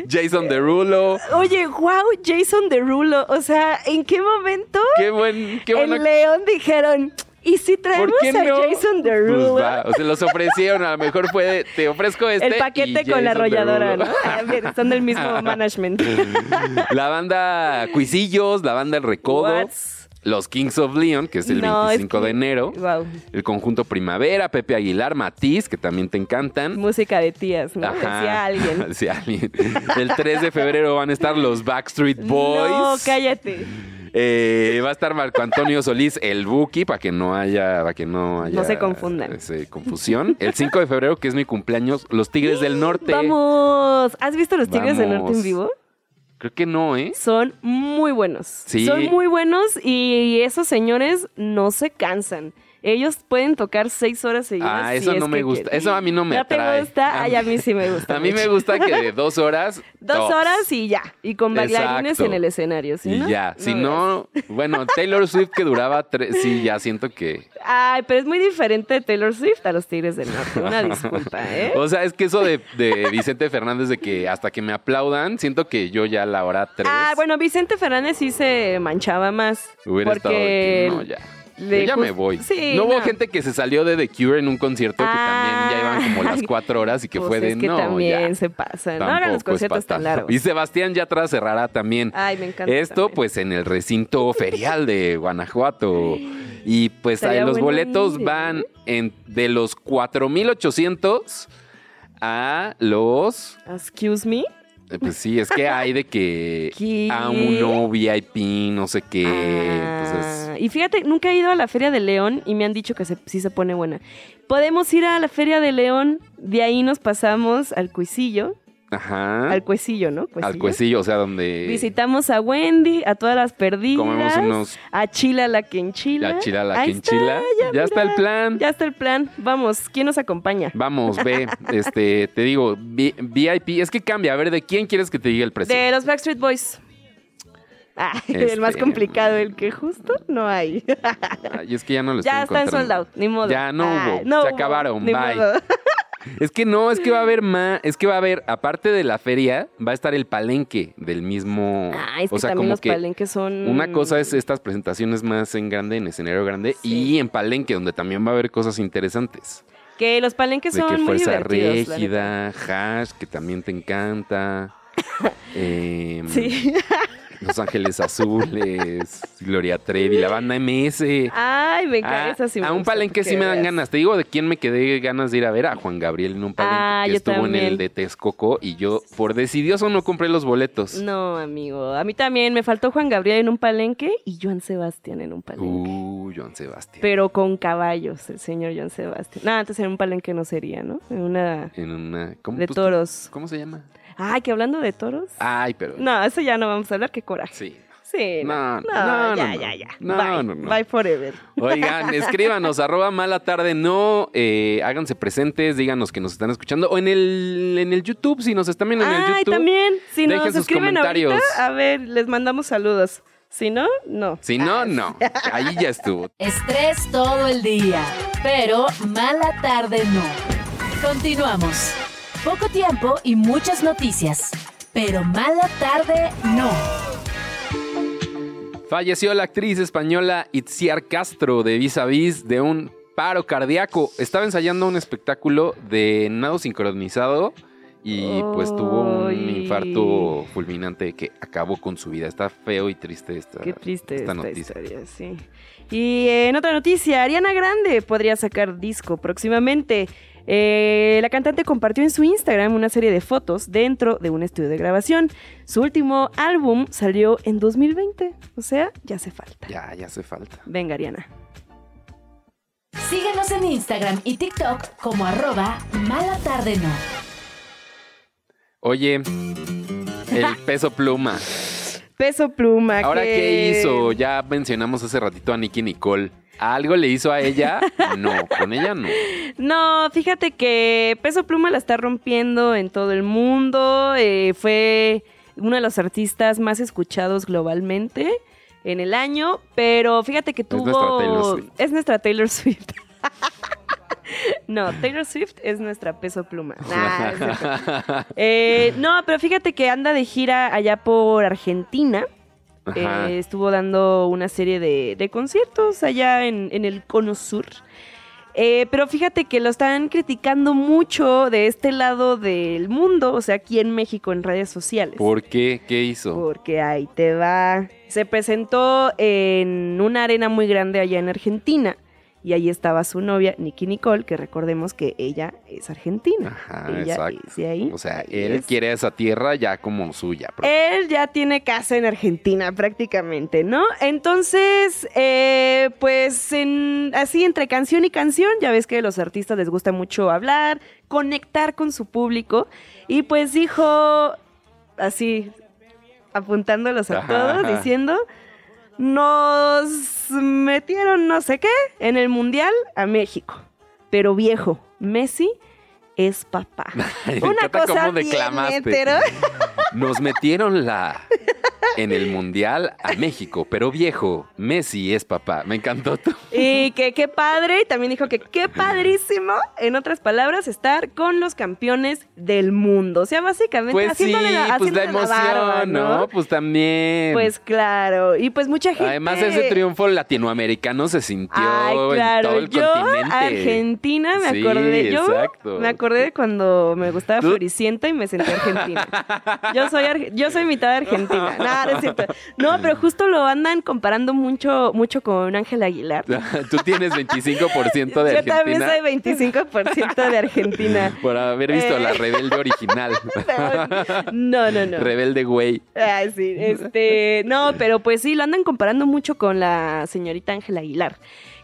C: Jason Derulo.
B: Oye, wow, Jason Derulo. O sea, ¿en qué momento
C: Qué buen, qué
B: en
C: bueno.
B: León dijeron, ¿y si traemos
C: ¿Por qué
B: a
C: no?
B: Jason Derulo?
C: Pues va, o sea, los ofrecieron, a lo mejor fue, te ofrezco este.
B: El
C: y
B: paquete con
C: Jason
B: la arrolladora,
C: Derulo.
B: ¿no? Ah, bien, Son del mismo management.
C: La banda Cuisillos, la banda El Recodo,
B: What's-
C: los Kings of Leon, que es el
B: No, es
C: 25 de
B: que-
C: enero.
B: Wow.
C: El conjunto Primavera, Pepe Aguilar, Matiz, que también te encantan.
B: Música de tías, ¿no? Decía alguien.
C: Decía alguien. El 3 de febrero van a estar los Backstreet Boys.
B: No, cállate.
C: Eh, va a estar Marco Antonio Solís, el Buki, para que no haya, para que no haya
B: No se confundan.
C: ese, confusión. El 5 de febrero, que es mi cumpleaños, los Tigres del Norte.
B: Vamos. ¿Has visto los Tigres del Norte en
C: Vamos.
B: vivo?
C: Creo que no, ¿eh?
B: Son muy buenos.
C: Sí.
B: Son muy buenos y esos señores no se cansan. Ellos pueden tocar seis horas seguidas.
C: Ah,
B: si
C: eso
B: es
C: no me
B: que
C: gusta.
B: quieren.
C: Eso a mí no me atrae.
B: te gusta?
C: A
B: Ay,
C: mí-
B: a mí sí me gusta.
C: A mí me
B: mucho.
C: gusta que de dos horas.
B: Dos
C: tops.
B: horas y ya. Y con bailarines
C: Exacto.
B: en el escenario, ¿sí?
C: Y
B: no?
C: ya. si
B: veas.
C: no, bueno, Taylor Swift que duraba tres. Sí, ya siento que.
B: Ay, pero es muy diferente de Taylor Swift a los Tigres del Norte. Una disculpa, ¿eh?
C: O sea, es que eso de, de Vicente Fernández de que hasta que me aplaudan, siento que yo ya a la hora tres.
B: Ah, bueno, Vicente Fernández sí se manchaba más.
C: Hubiera estado
B: porque
C: de que, no, ya.
B: le
C: Yo ya
B: jus-
C: me voy.
B: Sí,
C: no hubo
B: no.
C: gente que se salió de The Cure en un concierto
B: Ah.
C: que también ya iban como las cuatro horas y que
B: Pues
C: fue de
B: es que
C: no.
B: también
C: ya.
B: se pasan. Ahora
C: Tampoco
B: los
C: es
B: conciertos
C: para
B: tan
C: tanto.
B: largos.
C: Y Sebastián Yatra cerrará también.
B: Ay, me encanta.
C: Esto
B: también.
C: pues en el recinto ferial de Guanajuato. Y pues ahí
B: Estaría
C: los
B: bueno
C: boletos
B: ir, ¿eh?
C: van en, de los 4.800 a los...
B: Excuse me.
C: eh, Pues sí, es que hay de que
B: ¿Qué?
C: a uno VIP, no sé qué.
B: Ah,
C: Entonces,
B: y fíjate, nunca he ido a la Feria de León y me han dicho que se- sí se pone buena. Podemos ir a la Feria de León, de ahí nos pasamos al Cuisillo,
C: ajá.
B: al Cuecillo, ¿no?
C: ¿Ah? al cuecillo, o sea, donde...
B: Visitamos a Wendy, a todas las perdidas.
C: Comemos unos-
B: A Chila la que enchila.
C: La chila, la
B: Ahí
C: que enchila.
B: está,
C: Ya está el
B: mira.
C: plan.
B: Ya está el plan. Vamos, ¿quién nos acompaña?
C: Vamos, ve, este, te digo, vi- VIP, es que cambia, a ver, ¿de quién quieres que te diga el precio?
B: De los Backstreet Boys. Ah, el más
C: Pues Este,
B: complicado, el que justo no hay.
C: Ay, es que ya no lo estoy
B: ya están
C: encontrando.
B: sold out, ni modo.
C: Ya no
B: Ay,
C: hubo, se
B: hubo,
C: acabaron,
B: ni
C: bye.
B: modo.
C: Es que no, es que va a haber más, es que va a haber, aparte de la feria, va a estar el palenque del mismo.
B: Ah, es que
C: o sea,
B: también
C: como
B: los
C: que
B: palenques son.
C: una cosa es estas presentaciones más en grande, en escenario grande,
B: Sí.
C: y en palenque, donde también va a haber cosas interesantes.
B: Que los palenques
C: de
B: son
C: que
B: muy
C: fuerza
B: divertidos. la neta.
C: rígida, hash, que también te encanta. em,
B: Sí.
C: Los Ángeles Azules, Gloria Trevi, la banda MS.
B: Ay, me encanta.
C: Ah,
B: esa sí me
C: a un
B: gusta,
C: palenque
B: porque
C: sí me dan
B: veas.
C: ganas. Te digo de quién me quedé ganas de ir a ver a Juan Gabriel en un palenque
B: Ah,
C: que
B: yo
C: estuvo en
B: también.
C: el de Texcoco y yo por decidioso no compré los boletos.
B: No, amigo. A mí también me faltó Juan Gabriel en un palenque y Joan Sebastián en un palenque.
C: Uh, Joan Sebastián.
B: Pero con caballos, el señor Joan Sebastián. Nada, entonces en un palenque no sería, ¿no? En una.
C: En una ¿cómo,
B: De
C: pues, tú-
B: toros.
C: ¿Cómo se llama?
B: Ay, que hablando de toros.
C: Ay, pero
B: No, eso ya no vamos a hablar, qué coraje.
C: sí.
B: Sí. no,
C: No, no,
B: ya,
C: no,
B: ya,
C: no.
B: ya.
C: No,
B: Bye.
C: no, no.
B: Bye forever.
C: Oigan, escríbanos, arroba mala tarde, no, eh, háganse presentes, díganos que nos están escuchando, o en el, en el YouTube, si nos están viendo en el
B: Ay,
C: YouTube.
B: también. Si
C: dejen
B: nos
C: sus
B: escriben
C: comentarios.
B: ahorita, a ver, les mandamos saludos. Si no, no.
C: Si no, no, ahí ya estuvo.
A: Estrés todo el día, pero mala tarde no. Continuamos. Poco tiempo y muchas noticias, pero mala tarde no.
C: Falleció la actriz española Itziar Castro de Vis a Vis de un paro cardíaco. Estaba ensayando un espectáculo de nado sincronizado y pues tuvo un
B: Ay.
C: infarto fulminante que acabó con su vida. Está feo y triste esta,
B: Qué triste
C: esta
B: esta,
C: noticia.
B: historia, sí. Y eh, en otra noticia, Ariana Grande podría sacar disco próximamente. Eh, la cantante compartió en su Instagram una serie de fotos dentro de un estudio de grabación. Su último álbum salió en 2020, o sea, ya hace falta.
C: Ya, ya hace falta.
B: Venga, Ariana.
A: Síguenos en Instagram y TikTok como arroba mala tarde no.
C: Oye, el peso pluma.
B: Peso Pluma.
C: Ahora,
B: que-
C: ¿qué hizo? Ya mencionamos hace ratito a Nicky Nicole. ¿Algo le hizo a ella? No, con ella no.
B: No, fíjate que Peso Pluma la está rompiendo en todo el mundo. eh, fue uno de los artistas más escuchados globalmente en el año, pero fíjate que tuvo...
C: nuestra Taylor Swift.
B: Es nuestra Taylor Swift. no, Taylor Swift es nuestra Peso Pluma. Nah, Ah, es cierto. Eh, no, pero fíjate que anda de gira allá por Argentina.
C: Ajá.
B: Eh, estuvo dando una serie de, de conciertos allá en, en el Cono Sur. Eh, pero fíjate que lo están criticando mucho de este lado del mundo, o sea, aquí en México, en redes sociales.
C: ¿Por qué? ¿Qué hizo?
B: Porque ahí te va. Se presentó en una arena muy grande allá en Argentina. Y ahí estaba su novia, Nicky Nicole, que recordemos que ella es argentina.
C: Ajá,
B: ella
C: exacto.
B: es de ahí.
C: O sea,
B: Ahí
C: él
B: es.
C: quiere esa tierra ya como suya. pero-
B: Él ya tiene casa en Argentina prácticamente, ¿no? Entonces, eh, pues en- así entre canción y canción, ya ves que a los artistas les gusta mucho hablar, conectar con su público, y pues dijo así, apuntándolos a
C: Ajá.
B: todos, diciendo, nos metieron no sé qué en el Mundial a México, pero viejo, Messi es papá.
C: Ay, me
B: Una
C: encanta
B: cosa
C: cómo
B: bien
C: declamaste.
B: hetero.
C: Nos metieron la en el mundial a México, pero viejo, Messi es papá. Me encantó. tu-
B: Y que qué padre, y también dijo que qué padrísimo, en otras palabras, estar con los campeones del mundo. O sea, básicamente
C: Pues sí,
B: haciéndole la,
C: pues la
B: haciéndole
C: emoción,
B: barba,
C: ¿no? Pues también.
B: Pues claro, y pues mucha gente...
C: Además, ese triunfo latinoamericano se sintió
B: Ay,
C: en todo
B: claro,
C: el
B: yo
C: continente.
B: Argentina me
C: Sí,
B: acordé, yo
C: exacto.
B: me acordé de cuando me gustaba
C: Tú-
B: Floricienta y me senté argentina. Yo soy arge- yo soy mitad argentina. No, no es cierto. No, pero justo lo andan comparando mucho mucho con Ángel Aguilar.
C: Tú tienes 25% de
B: Yo también
C: Argentina
B: soy 25% de Argentina.
C: por haber visto
B: Eh.
C: la rebelde original.
B: No, no, no.
C: rebelde güey.
B: Ah, sí, este, no, pero pues sí, lo andan comparando mucho con la señorita Ángela Aguilar.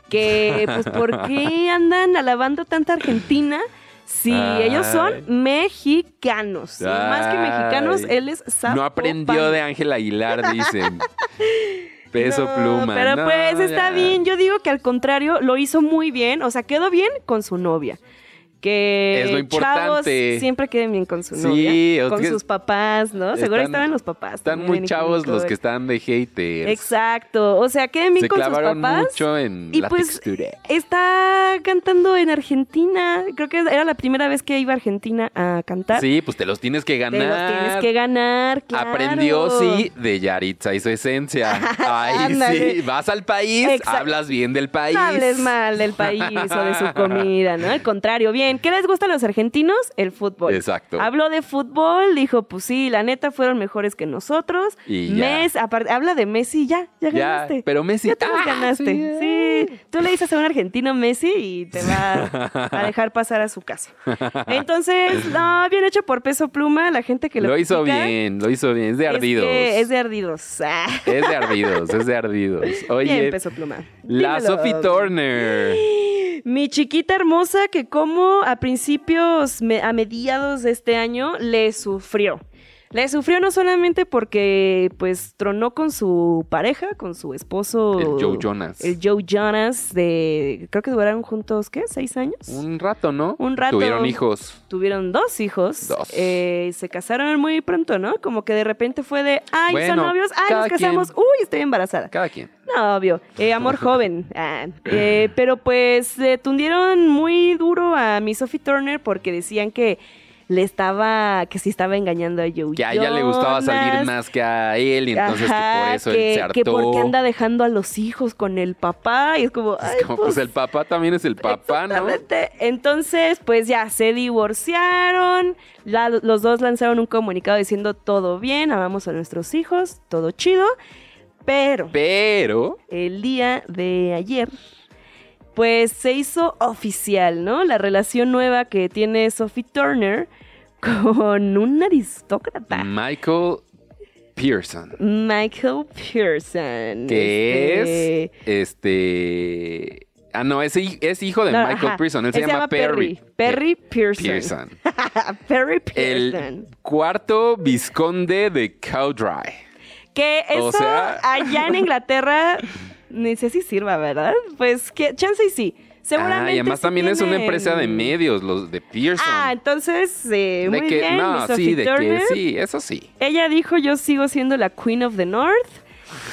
B: Que, pues, ¿por qué andan alabando tanta Argentina si
C: Ay.
B: ellos son mexicanos? Y más que mexicanos,
C: Ay.
B: él es
C: No
B: Zapopan.
C: aprendió de Ángel Aguilar, dicen. Peso
B: No,
C: pluma.
B: Pero
C: No,
B: pues está
C: ya.
B: bien, yo digo que al contrario, lo hizo muy bien, o sea, quedó bien con su novia. Que
C: Es lo
B: chavos
C: importante.
B: siempre queden bien con su
C: Sí,
B: novia,
C: es
B: con
C: que
B: sus papás, ¿no? Seguro
C: están-
B: estaban los papás.
C: Están
B: también en
C: muy
B: el
C: chavos los
B: comedor.
C: que están de haters.
B: Exacto, o sea, queden bien
C: Se
B: con sus
C: clavaron
B: papás.
C: mucho en
B: Y
C: la
B: pues,
C: textura.
B: Está cantando en Argentina, creo que era la primera vez que iba a Argentina a cantar.
C: Sí, pues te los tienes que
B: Te
C: ganar.
B: lo tienes que ganar, claro.
C: Aprendió, sí, de Yaritza y su esencia. Ay, sí,
B: Ándale.
C: vas al país,
B: Exacto.
C: hablas bien del país.
B: No hables mal del país o de su comida, ¿no? Al contrario, bien. ¿Qué les gusta a los argentinos? El fútbol.
C: Exacto.
B: Habló de fútbol, dijo, pues sí, la neta fueron mejores que nosotros.
C: Y ya.
B: Messi, aparte, habla de Messi, ya, ya
C: Ya,
B: ganaste.
C: pero Messi,
B: Ya te los
C: ¡ah! eh.
B: ganaste. Sí, Tú le dices a un argentino Messi y te va a dejar pasar a su casa. Entonces, no, bien hecho por peso pluma, la gente que lo
C: Lo hizo
B: critica
C: bien, lo hizo bien. Es de
B: es que
C: ardidos.
B: es de ardidos. Ah,
C: Es de ardidos, es de ardidos.
B: bien,
C: Oye,
B: peso pluma.
C: la
B: Dímelo.
C: Sophie Turner.
B: Mi chiquita hermosa que como a principios, me- a mediados de este año, le sufrió. Le sufrió no solamente porque pues tronó con su pareja, con su esposo.
C: El Joe Jonas.
B: El Joe Jonas de, creo que duraron juntos, ¿qué? ¿Seis años?
C: Un rato, ¿no?
B: Un rato.
C: Tuvieron hijos.
B: Tuvieron dos hijos.
C: Dos.
B: Eh, se casaron muy pronto, ¿no? Como que de repente fue de, ay,
C: Bueno,
B: son novios, ay,
C: cada
B: nos casamos,
C: quien.
B: uy, estoy embarazada.
C: Cada quien.
B: No, obvio. Eh, amor joven. Ah, eh, pero pues le tundieron muy duro a mi Sophie Turner porque decían que le estaba, que sí estaba engañando a Joe
C: Que a ella le gustaba salir
B: Jonas,
C: más que a él y entonces que por
B: ajá,
C: eso
B: que,
C: él se
B: que
C: hartó.
B: porque anda dejando a los hijos con el papá. Y es como,
C: Es
B: ay,
C: como, pues, el papá también es el papá, ¿no?
B: Exactamente. Entonces, pues ya se divorciaron. La- los dos lanzaron un comunicado diciendo todo bien, amamos a nuestros hijos, todo chido. Pero
C: Pero
B: el día de ayer, pues se hizo oficial, ¿no? La relación nueva que tiene Sophie Turner con un aristócrata.
C: Michael Pearson,
B: Michael Pearson.
C: que
B: Este,
C: Mm. es este. Ah, no, es, hi- es hijo de
B: no,
C: Michael
B: ajá,
C: Pearson. Él se, llama, Perry.
B: Perry Pearson.
C: Pearson.
B: Perry Pearson.
C: El cuarto visconde de Cowdry.
B: Que eso
C: O sea-
B: allá en Inglaterra ni sé si sirva, ¿verdad? Pues que chance y sí. Seguramente.
C: Ah, y además
B: sí
C: también es una
B: tienen-
C: empresa de medios, los de Pearson.
B: Ah, entonces, eh,
C: de
B: muy
C: que,
B: bien.
C: no,
B: mi
C: sí,
B: Sophie
C: de
B: Turner.
C: que sí, eso sí.
B: Ella dijo, yo sigo siendo la Queen of the North.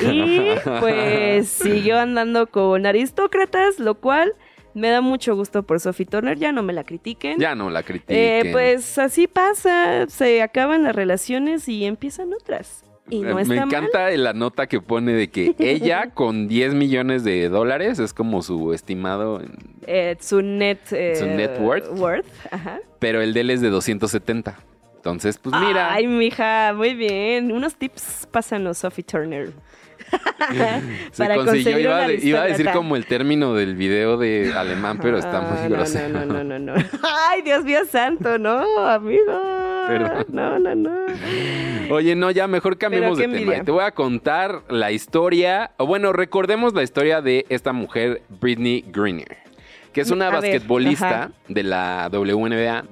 B: Y pues siguió andando con aristócratas, lo cual me da mucho gusto por Sophie Turner. Ya no me la critiquen.
C: Ya no la critiquen.
B: Eh, pues así pasa, se acaban las relaciones y empiezan otras. Y no
C: Eh,
B: está
C: Me
B: mal.
C: encanta la nota que pone de que ella con 10 millones de dólares es como su estimado, en-
B: Eh, su net, eh,
C: Su net worth.
B: ajá.
C: pero el de él es de 270. Entonces, pues mira,
B: Ay, mija, muy bien. Unos tips pásanos, Sophie Turner.
C: se
B: para
C: consiguió,
B: conseguir
C: iba,
B: un
C: a de- iba a decir
B: aristócrata.
C: como el término del video de alemán, pero está
B: Ah,
C: muy
B: no, No,
C: grosero.
B: no, no, no, no. Ay, Dios mío santo, no, amigo.
C: Perdón.
B: No, no, no.
C: Oye, no, ya mejor cambiemos
B: Pero qué
C: de tema.
B: envidia.
C: Y Te voy a contar la historia, o bueno, recordemos la historia de esta mujer, Britney Greener, que es una
B: Mm, A ver,
C: basquetbolista
B: ajá.
C: de la WNBA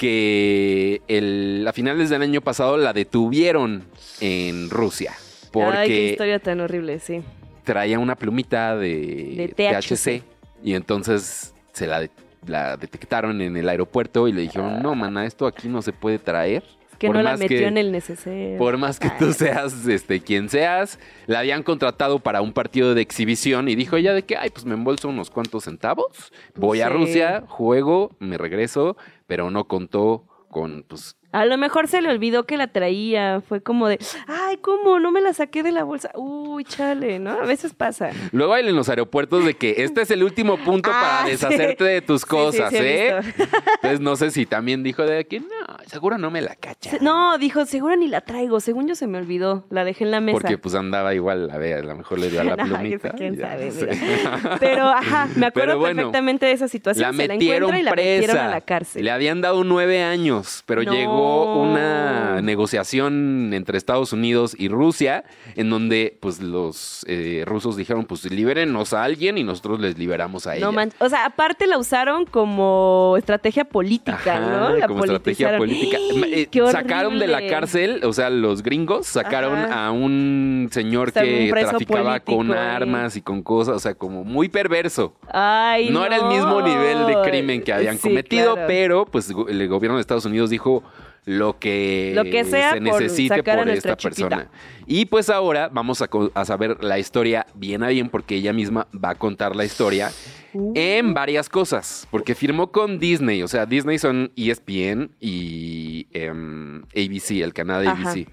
C: que el- a finales del año pasado la detuvieron en Rusia
B: Ay, qué
C: porque
B: historia tan horrible, sí.
C: traía una plumita de,
B: De
C: THC y entonces se la, de- la detectaron en el aeropuerto y le dijeron, no, mana, esto aquí no se puede traer.
B: Es que
C: Por
B: no la
C: más
B: metió
C: que-
B: en el neceser.
C: por más que tú seas este, quien seas, la habían contratado para un partido de exhibición y dijo ella de que, ay, pues me embolso unos cuantos centavos, voy a
B: Sí.
C: Rusia, juego, me regreso, pero no contó con, pues,
B: A lo mejor se le olvidó que la traía. Fue como de, ay, ¿cómo? No me la saqué de la bolsa. Uy, chale, ¿no? A veces pasa.
C: luego hay en los aeropuertos de que este es el último punto para
B: Ah, sí.
C: deshacerte de tus
B: Sí, sí,
C: cosas,
B: sí, he
C: ¿eh?
B: visto.
C: Entonces no sé si también dijo de que, no, seguro no me la cacha.
B: Se- No, dijo, seguro ni la traigo. Según yo se me olvidó. La dejé en la mesa.
C: Porque pues andaba igual, a ver, a lo mejor le dio a la
B: Ay,
C: plumita.
B: pues, quién
C: y ya,
B: sabe,
C: no sé.
B: mira. Pero, ajá, me acuerdo
C: Pero bueno,
B: perfectamente de esa situación.
C: La
B: se la
C: metieron
B: encuentra y la metieron
C: presa.
B: a la cárcel.
C: Le habían dado nueve años, pero
B: No.
C: llegó una negociación entre Estados Unidos y Rusia, en donde pues los eh, rusos dijeron, pues libérenos a alguien y nosotros les liberamos a ella.
B: No manches. O sea, aparte la usaron como estrategia política,
C: Ajá,
B: ¿no? La
C: como estrategia
B: politizaron.
C: política. Ma- eh,
B: ¡Qué
C: sacaron de la
B: horrible!
C: cárcel, o sea, los gringos sacaron
B: Ajá.
C: a un señor
B: O sea,
C: que
B: un preso
C: traficaba con
B: político, ¿eh?
C: armas y con cosas, o sea, como muy perverso.
B: Ay,
C: no,
B: no,
C: era el mismo nivel de crimen que habían
B: Sí,
C: cometido,
B: claro.
C: pero pues go- el gobierno de Estados Unidos dijo lo que,
B: Lo que sea
C: se
B: por
C: necesite
B: sacar a
C: por
B: nuestra
C: esta
B: chipita.
C: persona. Y pues ahora vamos a, co- a saber la historia bien a bien porque ella misma va a contar la historia
B: Uh.
C: en varias cosas, porque firmó con Disney, o sea, Disney son E ESPN y em, ABC, el canal de
B: Ajá.
C: ABC.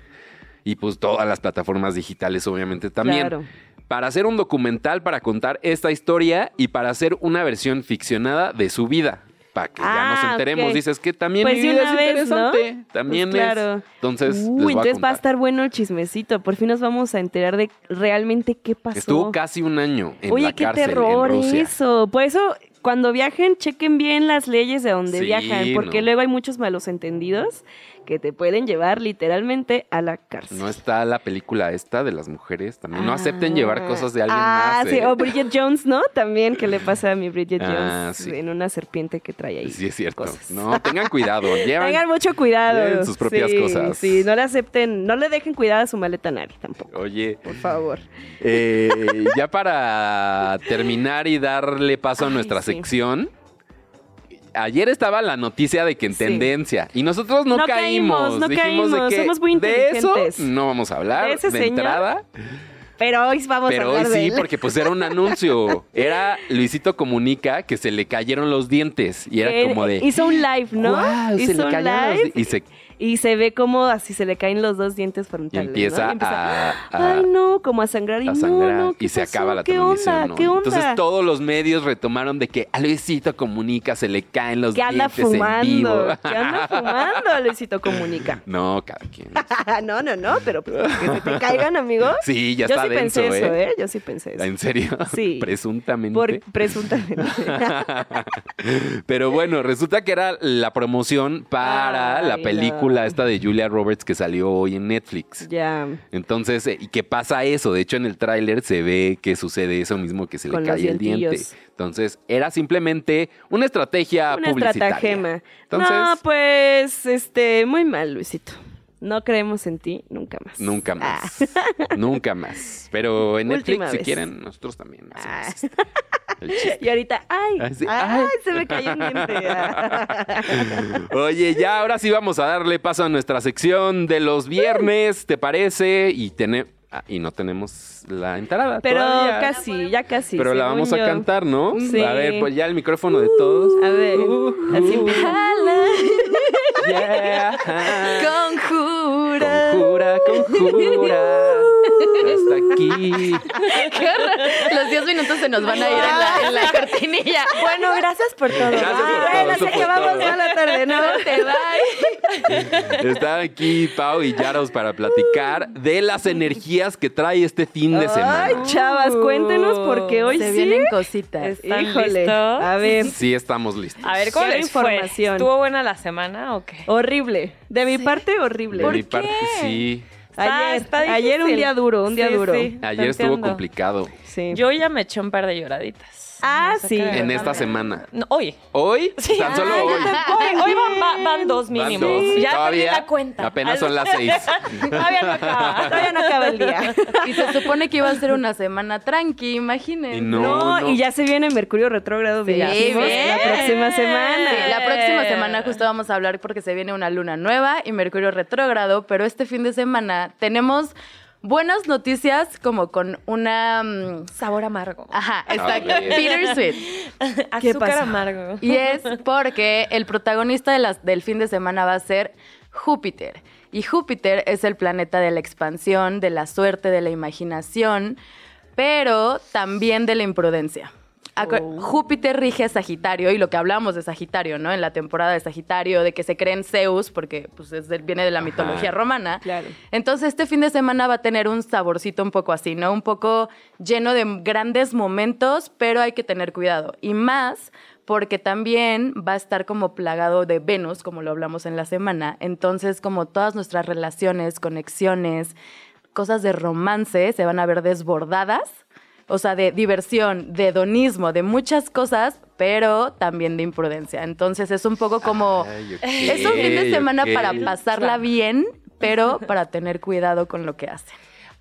C: Y pues todas las plataformas digitales obviamente también
B: Claro.
C: para hacer un documental para contar esta historia y para hacer una versión ficcionada de su vida. Para que ya nos
B: Ah,
C: enteremos.
B: ok.
C: Dices que también
B: Pues
C: mi
B: de
C: vida
B: una
C: es
B: vez,
C: interesante.
B: ¿no?
C: También
B: Pues claro.
C: es. Entonces, les voy
B: Uy,
C: a
B: entonces va a
C: contar.
B: estar bueno el chismecito. Por fin nos vamos a enterar de realmente qué pasó.
C: Estuvo casi un año en
B: Oye,
C: la
B: qué
C: cárcel
B: terror
C: en Rusia.
B: eso. Por eso, cuando viajen, chequen bien las leyes de donde
C: Sí,
B: viajan, porque
C: no.
B: luego hay muchos malos entendidos que te pueden llevar literalmente a la cárcel.
C: No está la película esta de las mujeres también. No acepten
B: Ah.
C: llevar cosas de alguien
B: ah,
C: más.
B: sí,
C: ¿eh?
B: o Bridget Jones, ¿no? También que le pasa a mi Bridget
C: Ah,
B: Jones
C: sí.
B: en una serpiente que trae ahí.
C: Sí, es cierto.
B: cosas.
C: No, tengan cuidado. Llevan-
B: Tengan mucho cuidado.
C: lleven sus propias
B: Sí,
C: cosas.
B: Sí, no le acepten, no le dejen cuidar a su maleta a nadie tampoco.
C: Oye,
B: Por favor.
C: eh, ya para terminar y darle paso a
B: Ay,
C: nuestra
B: sí.
C: sección. Ayer estaba la noticia de que en
B: Sí.
C: tendencia y nosotros no,
B: No
C: caímos,
B: caímos, no
C: dijimos de
B: caímos,
C: que
B: somos muy
C: de eso
B: inteligentes.
C: no vamos a hablar
B: De
C: de,
B: ese señor.
C: entrada.
B: Pero hoy vamos
C: Pero
B: a
C: hoy
B: hablar de
C: sí,
B: él.
C: porque pues era un anuncio. Era Luisito Comunica que se le cayeron los dientes y
B: Que
C: era como de...
B: Hizo un live, ¿no?
C: "Guau, se
B: hizo
C: le
B: un
C: cayeron los
B: live
C: di-". Y se
B: y se ve como así se le caen los dos dientes
C: y
B: frontales. ¿no?
C: empieza, a, a-
B: Ay, no, como a sangrar y
C: a
B: no,
C: sangrar
B: no, ¿qué
C: y se
B: pasó?
C: acaba la
B: ¿Qué
C: transmisión.
B: onda?
C: ¿no?
B: ¿Qué onda?
C: Entonces todos los medios retomaron de que a Luisito Comunica se le caen los
B: que anda
C: dientes en vivo.
B: fumando, que anda fumando, Luisito Comunica.
C: no, cada quien.
B: no, no, no, pero pues, que se te caigan, amigo.
C: Sí, ya
B: Yo
C: está
B: sí
C: denso,
B: pensé eso,
C: ¿eh?
B: ¿eh? Yo sí pensé eso.
C: ¿En serio?
B: Sí.
C: Presuntamente.
B: Por, presuntamente.
C: Pero bueno, resulta que era la promoción para la
B: Ay,
C: película
B: no.
C: esta de Julia Roberts que salió hoy en Netflix.
B: ya.
C: Entonces, eh, ¿y qué pasa eso? De hecho, en el tráiler se ve que sucede eso mismo, que se
B: Con
C: le
B: los
C: cae el diente.
B: dientillos.
C: Entonces, era simplemente una estrategia
B: Una
C: Ah, publicitaria.
B: estratagema.
C: Entonces,
B: No, pues, este, muy mal, Luisito. No creemos en ti nunca más.
C: nunca
B: Ah.
C: más. Nunca más. Pero en Netflix,
B: Última
C: si
B: vez.
C: quieren, nosotros también hacemos
B: Ah.
C: este, el chiste.
B: Y ahorita, ay,
C: Ay, Ah, sí,
B: ay,
C: ay.
B: se me cayó un diente. Ah.
C: Oye, ya ahora sí vamos a darle paso a nuestra sección de los viernes, ¿te parece? Y tene- ah, y no tenemos la entrada.
B: Pero
C: todavía.
B: casi, ya casi.
C: Pero la
B: según
C: vamos a
B: yo.
C: cantar, ¿no?
B: Sí. Uh,
C: A ver, pues ya el micrófono de todos.
B: A ver,
C: Uh,
B: así empieza.
C: Yeah.
F: Conjura.
C: Conjura, conjura. Hasta aquí.
F: Qué horror. Los 10 minutos se nos van a ir en la, en la cortinilla.
B: Bueno, gracias por todo.
C: Gracias por
B: Ah,
C: todo,
B: bueno,
C: eso
B: se
C: fue
B: acabamos
C: todo.
B: mal la tarde, ¿no?
F: Te bye.
C: Están aquí Pau y Yaros para platicar de las energías que trae este fin de
B: Ay,
C: semana.
B: chavas, cuéntenos porque hoy
F: Se
B: sí.
F: vienen cositas.
B: Están
E: Híjole.
B: listos. A ver,
C: Sí, estamos listos.
E: A ver, ¿cómo
B: Cero
E: les fue?
B: información.
E: ¿Estuvo buena la semana o qué?
B: horrible. De mi parte, horrible.
C: De mi parte, sí.
E: Está-
B: Ayer,
E: está
B: ayer un
E: difícil.
B: día duro, un día
E: Sí,
B: duro.
E: sí.
C: Ayer estuvo
E: Tanteando.
C: complicado.
B: Sí.
E: Yo ya me eché un par de lloraditas.
B: Ah,
E: No sé
B: sí.
E: qué,
C: En
E: ¿verdad?
C: esta semana.
E: No, hoy.
C: ¿Hoy? Tan solo
E: Ay, Ah, yo
C: hoy.
E: tampoco. Hoy, hoy van, va- van dos
C: Van
E: mínimos.
C: dos.
E: Ya perdí
C: Todavía
E: la cuenta.
C: Apenas son las seis.
E: Todavía no acaba.
B: Ah, Todavía no acaba el día.
F: Y se supone que iba a ser una semana tranqui, imagínense.
C: Y no,
B: No,
C: no.
B: y ya se viene Mercurio retrógrado
F: Sí,
B: de la
F: bien.
B: próxima semana.
F: Sí, la próxima
E: Eh.
F: semana justo vamos a hablar porque se viene una luna nueva y Mercurio retrógrado, pero este fin de semana tenemos buenas noticias como con una... mm,
E: Sabor amargo.
F: Ajá,
C: A
F: exacto,
C: ver.
F: bittersweet.
E: Azúcar
B: ¿Qué pasa?
E: amargo.
F: Y es porque el protagonista de las- del fin de semana va a ser Júpiter. Y Júpiter es el planeta de la expansión, de la suerte, de la imaginación, pero también de la imprudencia. Acu- Júpiter rige a Sagitario y lo que hablamos de Sagitario, ¿no? En la temporada de Sagitario, de que se creen Zeus, porque pues, es del- viene de la mitología romana.
B: Claro.
F: Entonces este fin de semana va a tener un saborcito un poco así, ¿no? Un poco lleno de grandes momentos, pero hay que tener cuidado. Y más porque también va a estar como plagado de Venus, como lo hablamos en la semana. Entonces como todas nuestras relaciones, conexiones, cosas de romance se van a ver desbordadas. O sea, de diversión, de hedonismo, de muchas cosas, pero también de imprudencia. Entonces es un poco como...
C: Ay, ok,
F: Es un fin de semana
C: ok.
F: para pasarla bien, pero para tener cuidado con lo que hacen.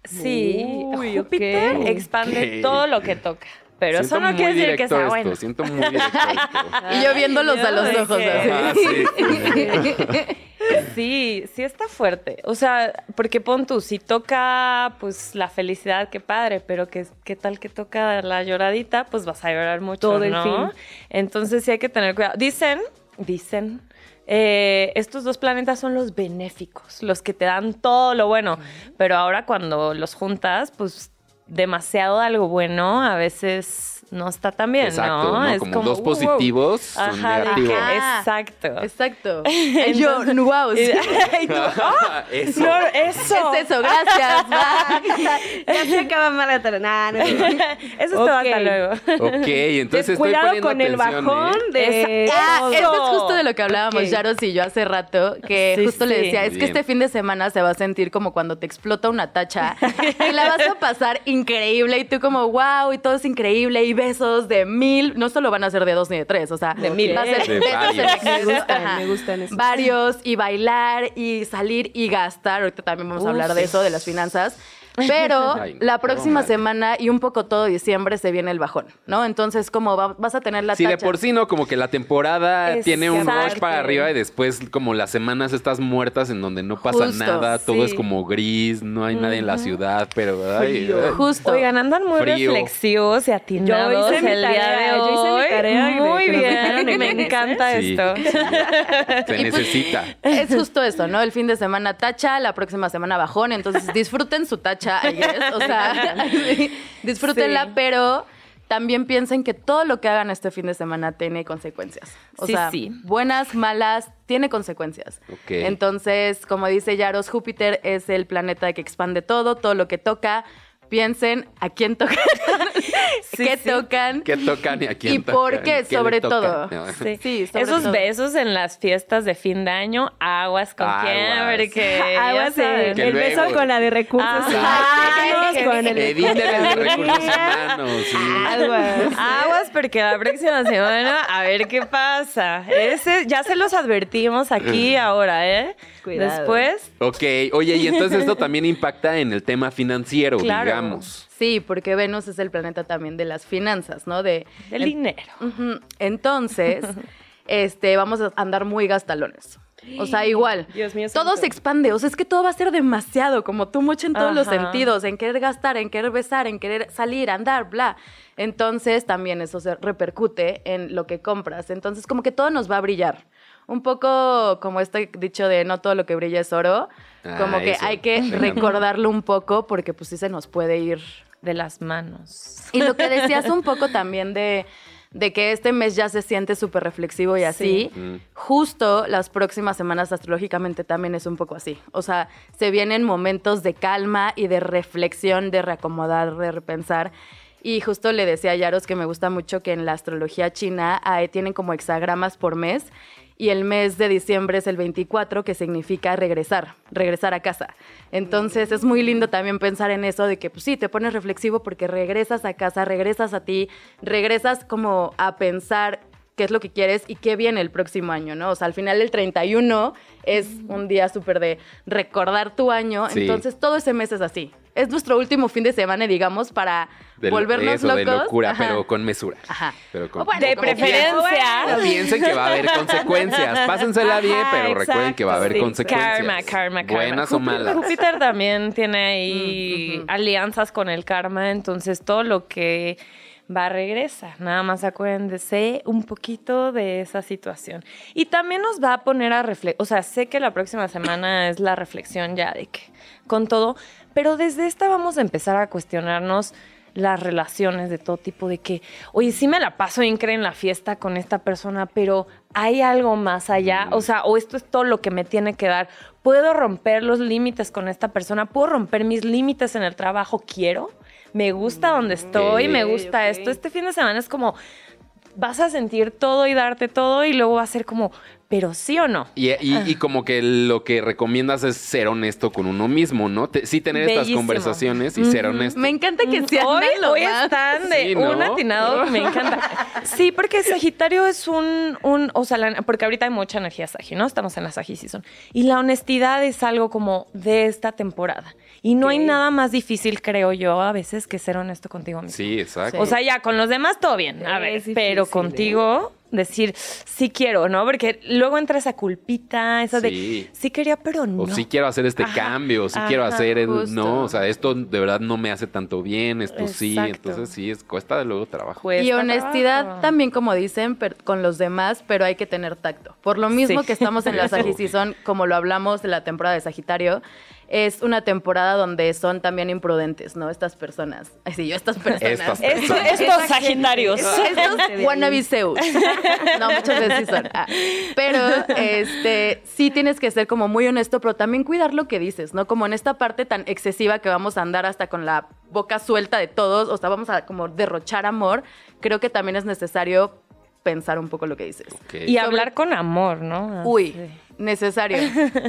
E: Sí,
B: Uy,
E: Júpiter
B: ok.
E: expande
C: Ok.
E: todo lo que toca. Pero
C: Siento
E: eso no
C: muy
E: quiere decir que
C: directo
E: sea
C: esto,
E: bueno.
C: Siento muy directo esto.
F: Y yo viéndolos a los
E: yo
F: ojos
E: dije-
F: así.
C: Ajá, sí.
E: Sí, sí está fuerte. O sea, porque pon tú, si toca pues la felicidad, qué padre, pero que, qué tal que toca la lloradita, pues vas a llorar mucho,
B: Todo el
E: ¿no?
B: fin.
E: Entonces sí hay que tener cuidado. Dicen, dicen, eh, estos dos planetas son los benéficos, los que te dan todo lo bueno, pero ahora cuando los juntas, pues demasiado algo bueno a veces no está tan bien,
C: Exacto,
E: ¿no?
C: ¿no?
E: Es
C: como,
E: como,
C: dos
E: wow, wow.
C: positivos son
E: Ajá, de que-
C: negativos.
F: Ajá.
E: exacto.
F: Exacto. Y yo, wow, sí.
E: Y tú, ¡ah!
C: Eso.
E: No, eso.
F: Es eso, gracias. bye.
B: Ya se acaba mal la tarde. Nah, no, no, no.
E: Eso te va
B: Ok.
E: hasta luego.
C: Ok, entonces estoy
B: Cuidado
C: poniendo
B: con el
C: atención,
B: bajón
C: ¿eh?
B: de.
F: Ah,
E: Eso.
F: esto es justo de lo que hablábamos
B: Ok.
F: Yaros y yo hace rato, que
E: Sí,
F: justo le
E: sí.
F: decía,
C: Muy
F: es que
C: bien.
F: este fin de semana se va a sentir como cuando te explota una tacha y la vas a pasar increíble y tú como wow y todo es increíble y besos de mil, no solo van a ser de dos ni de tres, o sea, de
E: mil.
F: va a ser
C: De
F: besos
C: varios.
F: en exceso,
B: Me gustan,
F: ajá,
B: me gustan esos.
F: Varios y bailar y salir y gastar, ahorita también vamos a
E: Uf.
F: hablar de eso, de las finanzas. Pero
C: Ay, no,
F: la próxima
C: todo mal.
F: semana y un poco todo diciembre se viene el bajón, ¿no? Entonces, como va- vas a tener la
C: Si de
F: tacha.
C: por sí no, como que la temporada tiene un rush
E: Exacto.
C: para arriba y después como las semanas estas muertas en donde no pasa
F: Justo,
C: nada, todo es
E: sí.
C: como gris, no hay nadie en la ciudad, pero... ay, ay.
F: Justo.
E: Oigan, andan muy
C: Frío.
E: reflexivos y atinados
B: Yo hice mi
E: el
B: tarea,
E: día de
B: yo hice mi
E: hoy.
B: tarea de
E: muy
B: que nos dejaron
E: bien,
B: en
E: me
B: meses,
E: encanta
C: Sí,
E: esto.
C: sí, Se necesita.
F: pues, Es justo eso, ¿no? El fin de semana tacha, la próxima semana bajón, entonces disfruten su tacha, I guess. O sea, sí, disfrútenla,
E: Sí.
F: pero también piensen que todo lo que hagan este fin de semana tiene consecuencias. O
E: Sí,
F: sea,
E: sí.
F: buenas, malas, tiene consecuencias.
C: Ok.
F: Entonces, como dice Yaros, Júpiter es el planeta que expande todo, todo lo que toca. Piensen a quién tocan,
E: Sí,
F: qué
E: sí.
F: tocan.
C: ¿Qué tocan y a quién
F: ¿Y por
C: tocan?
F: qué?
C: le
F: Sobre
C: tocan?
F: todo.
C: No. Eh,
E: Sí.
F: Sí, sobre
E: Esos
F: todo.
E: besos en las fiestas de fin de año, aguas con
C: Aguas.
E: quién, porque ya
B: Aguas
E: saben.
B: el,
C: Que
B: el
C: luego-
B: beso con la de recursos
E: Ajá.
B: humanos, con el de
C: Eviten el de recursos
B: economía.
C: humanos. sí.
B: Aguas.
E: Aguas porque la próxima semana a ver qué pasa. Ese, ya se los advertimos aquí ahora, ¿eh?
B: Cuidado.
E: Después,
C: Ok, oye, y entonces esto también impacta en el tema financiero,
E: Claro.
C: digamos.
F: Sí, porque Venus es el planeta también de las finanzas, ¿no? De,
E: del dinero.
F: Ujú. Entonces, este, vamos a andar muy gastalones. O sea, igual.
B: Dios mío santo.
F: todo se expande. O sea, es que todo va a ser demasiado, como tú mucho en todos los
E: Ajá.
F: sentidos, en querer gastar, en querer besar, en querer salir, andar, bla. Entonces, también eso se repercute en lo que compras. Entonces, como que todo nos va a brillar. Un poco como este dicho de no todo lo que brilla es oro.
C: Ah,
F: Como que
C: eso.
F: hay que
C: Venga.
F: recordarlo un poco porque pues sí se nos puede ir
E: De las manos.
F: y lo que decías un poco también de, de que este mes ya se siente súper reflexivo y así,
C: Mm.
F: justo las próximas semanas astrológicamente también es un poco así. O sea, se vienen momentos de calma y de reflexión, de reacomodar, de repensar. Y justo le decía a Yaros que me gusta mucho que en la astrología china ah, tienen como hexagramas por mes. Y el mes de diciembre es el 24, que significa regresar, regresar a casa. Entonces es muy lindo también pensar en eso de que, pues sí, te pones reflexivo porque regresas a casa, regresas a ti, regresas como a pensar qué es lo que quieres y qué viene el próximo año, ¿no? O sea, al final el 31 es un día súper de recordar tu año.
C: Sí.
F: Entonces todo ese mes es así. Es nuestro último fin de semana, digamos, para
C: De lo-
F: volvernos
C: eso, de
F: locos.
C: locura,
F: Ajá.
C: pero con mesura.
F: Ajá.
C: Pero con-
F: O bueno,
E: De
F: como quieras.
E: preferencia.
C: Ahora piensen que va a haber consecuencias. Pásensela
E: Ajá,
C: bien, pero recuerden
E: exacto,
C: que va a haber
E: sí.
C: consecuencias.
E: Karma, karma, karma.
C: Buenas o
E: Júpiter-
C: malas.
E: Júpiter también tiene ahí alianzas con el karma, entonces todo lo que va regresa. Nada más acuérdense un poquito de esa situación. Y también nos va a poner a reflexionar, o sea, sé que la próxima semana es la reflexión ya de que con todo, pero desde esta vamos a empezar a cuestionarnos las relaciones de todo tipo, de que, oye, sí me la paso increíble en la fiesta con esta persona, pero hay algo más allá, o sea, o esto es todo lo que me tiene que dar. ¿Puedo romper los límites con esta persona? ¿Puedo romper mis límites en el trabajo? ¿Quiero? ¿Me gusta donde estoy? ¿Me
B: Ok,
E: gusta
B: ok.
E: esto? Este fin de semana es como, vas a sentir todo y darte todo y luego va a ser como, pero sí o no.
C: Y, y- y como que lo que recomiendas es ser honesto con uno mismo, ¿no? Te- sí tener estas
E: Bellísimo.
C: conversaciones y ser honesto.
F: Me encanta que
E: Mm,
F: se
E: hoy,
F: andan lo
E: hoy
F: más.
E: están de
C: Sí, ¿no?
E: un atinado, me encanta. Sí, porque Sagitario es un, un o sea, la- porque ahorita hay mucha energía Sagi, ¿no? Estamos en la Sagi season. Y la honestidad es algo como de esta temporada. Y no hay nada más difícil, creo yo, a veces que ser honesto contigo mismo.
C: Sí, exacto.
E: O sea, ya con los demás todo bien, a
B: Es
E: ver,
B: difícil,
E: pero
B: ¿eh?
E: contigo decir sí quiero, ¿no? Porque luego entra esa culpita, eso
C: Sí.
E: de sí quería, pero no.
C: O si quiero hacer este
E: Ajá,
C: cambio, o si quiero
E: ajá,
C: hacer, el-
F: justo.
C: no, o sea, esto de verdad no me hace tanto bien, esto sí,
E: Exacto. Pues,
C: entonces sí, es, cuesta de luego trabajo.
E: Cuesta
F: Y honestidad
E: trabajo.
F: también, como dicen, per- con los demás, pero hay que tener tacto. Por lo mismo
E: Sí.
F: que estamos en la
C: Eso.
F: Sagi Season, como lo hablamos de la temporada de Sagitario, es una temporada donde son también imprudentes, ¿no? Estas personas. Ay, sí, yo, estas personas.
C: Estas
E: Esto- estos Sagitarios.
F: Estos wannabiseu's. No, muchas veces sí son. Ah, Pero este, sí tienes que ser como muy honesto, pero también cuidar lo que dices, ¿no? Como en esta parte tan excesiva que vamos a andar hasta con la boca suelta de todos, o sea, vamos a como derrochar amor, creo que también es necesario pensar un poco lo que dices.
C: Ok.
E: Y hablar con amor, ¿no?
F: Uy,
E: Así.
F: necesario.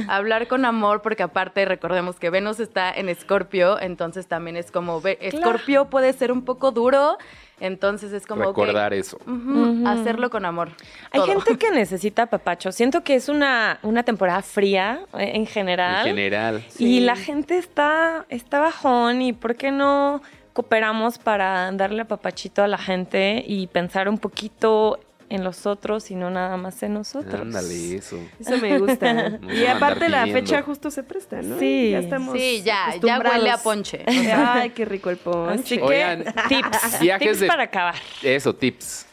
F: Hablar con amor, porque aparte recordemos que Venus está en Escorpio, entonces también es como ve- Escorpio puede ser un poco duro. Entonces es como... ok,
C: Recordar eso.
F: ujú, Hacerlo con amor.
E: Hay
F: todo.
E: gente que necesita papacho. Siento que es una, una temporada fría eh, en
C: En
E: general.
C: general.
E: Y la gente está, está bajón y ¿por qué no cooperamos para darle papachito a la gente y pensar un poquito en los otros y no nada más en nosotros?
C: Ándale, eso.
B: Eso me gusta.
C: Nos
B: y
C: van a
B: aparte
C: andar
B: la
C: pidiendo.
B: fecha justo se presta, ¿no?
E: Sí.
B: Ya estamos
F: Sí, ya, ya huele a
B: acostumbrados.
F: ponche.
B: Ay, qué rico el ponche.
E: Así que,
C: Oigan,
E: tips.
C: viajes
E: tips
C: de-
E: para acabar.
C: Eso, tips.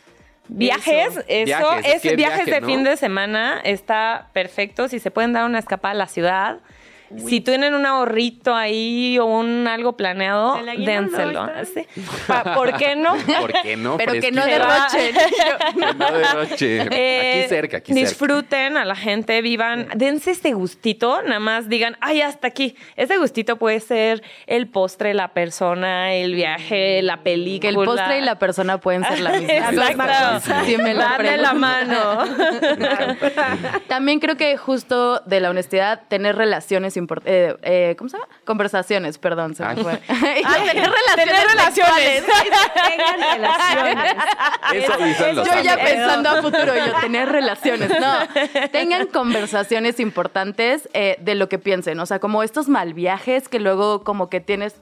E: Viajes, eso,
C: Viajes,
E: es,
C: qué
E: viajes
C: viaje,
E: de
C: ¿no?
E: fin de semana está perfecto. Si se pueden dar una escapada a la ciudad. Si tienen un ahorrito ahí o un algo planeado,
B: El aguinaldo,
E: dénselo.
B: ahí está.
E: ¿sí? Pa- ¿Por qué no?
C: ¿Por qué no?
F: Pero que no
C: Fresquito.
F: derrochen.
C: Que no derroche.
E: Eh,
C: aquí cerca, aquí cerca.
E: Disfruten a la gente, vivan, dense este gustito, nada más digan, ay, hasta aquí. Ese gustito puede ser el postre, la persona, el viaje, la
F: Que
E: película.
F: el postre y la persona pueden ser la misma.
E: Exacto.
F: Si me lo
E: Dame la
F: preguntan.
E: mano.
F: También creo que justo de la honestidad, tener relaciones importantes. ¿Cómo se llama? Conversaciones, perdón, se me
C: Ay.
F: fue.
E: Ah, tener relaciones.
B: Tengan relaciones.
C: Eso Isa lo
F: Ah, Yo ya
C: sabe.
F: pensando a futuro, yo tener relaciones. No, tengan conversaciones importantes eh, de lo que piensen. O sea, como estos mal viajes que luego como que tienes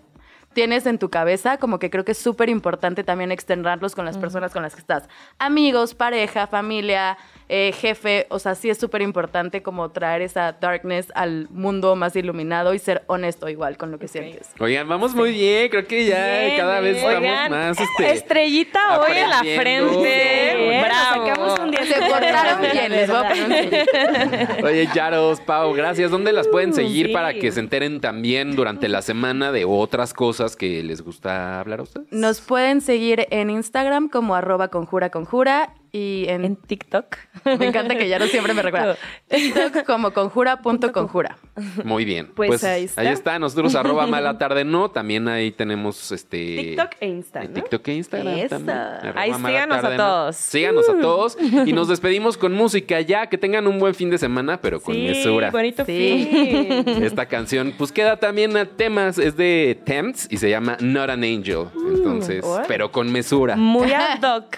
F: tienes en tu cabeza, como que creo que es súper importante también externarlos con las personas con las que estás. Amigos, pareja, familia, eh, jefe, o sea, sí es súper importante como traer esa darkness al mundo más iluminado y ser honesto igual con lo que sientes.
C: Oigan, vamos muy bien. Creo que ya
E: Bien,
C: cada vez
E: bien.
C: estamos
E: Oigan,
C: más. Este,
E: Estrellita hoy en la
C: aprendiendo.
E: frente.
C: Bien,
B: Nos
E: Bravo.
B: sacamos un día.
F: Se portaron bien, les voy a poner un sellito.
C: Oye, Yaros, Pau, gracias. ¿Dónde las pueden seguir
B: sí.
C: para que se enteren también durante la semana de otras cosas que les gusta hablar a ustedes?
F: Nos pueden seguir en Instagram como arroba conjura conjura y en...
E: En TikTok.
F: Me encanta que ya no siempre me recuerda. TikTok como conjura.conjura.
C: Muy bien.
B: Pues ahí está.
C: Nosotros arroba mala tarde no. También ahí tenemos este.
B: TikTok e Insta,
C: en
B: ¿no?
C: TikTok e Instagram
E: Eso.
C: también. Arroba
E: Ahí
C: mala
E: síganos a
C: tarde no.
E: todos.
C: Síganos a todos. Y nos despedimos con música ya. Que tengan un buen fin de semana, pero con mesura.
B: bonito
F: Sí.
B: fin.
C: Esta canción, pues queda también a temas. Es de Temps y se llama Not an Angel. Entonces,
F: órale.
C: pero con mesura.
E: Muy ad hoc.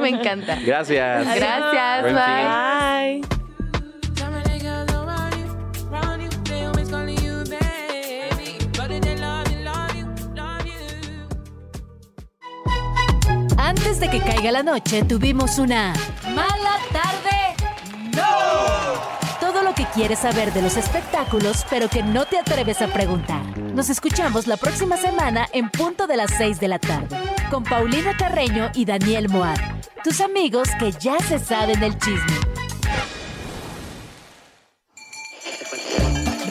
F: Me encanta.
C: Gracias.
F: Gracias,
C: Buen fin.
F: bye.
E: Bye.
G: Tell me they got love on you, round you. They always calling you baby, but they love you, love you, love you.
A: Antes de que caiga la noche, tuvimos una mala tarde. ¡No! Todo lo que quieres saber de los espectáculos, pero que no te atreves a preguntar. Nos escuchamos la próxima semana en punto de las 6 de la tarde, con Paulina Carreño y Daniel Moab, tus amigos que ya se saben el chisme.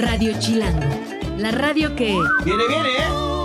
A: Radio Chilango, la radio que...
D: Viene, viene, ¿eh?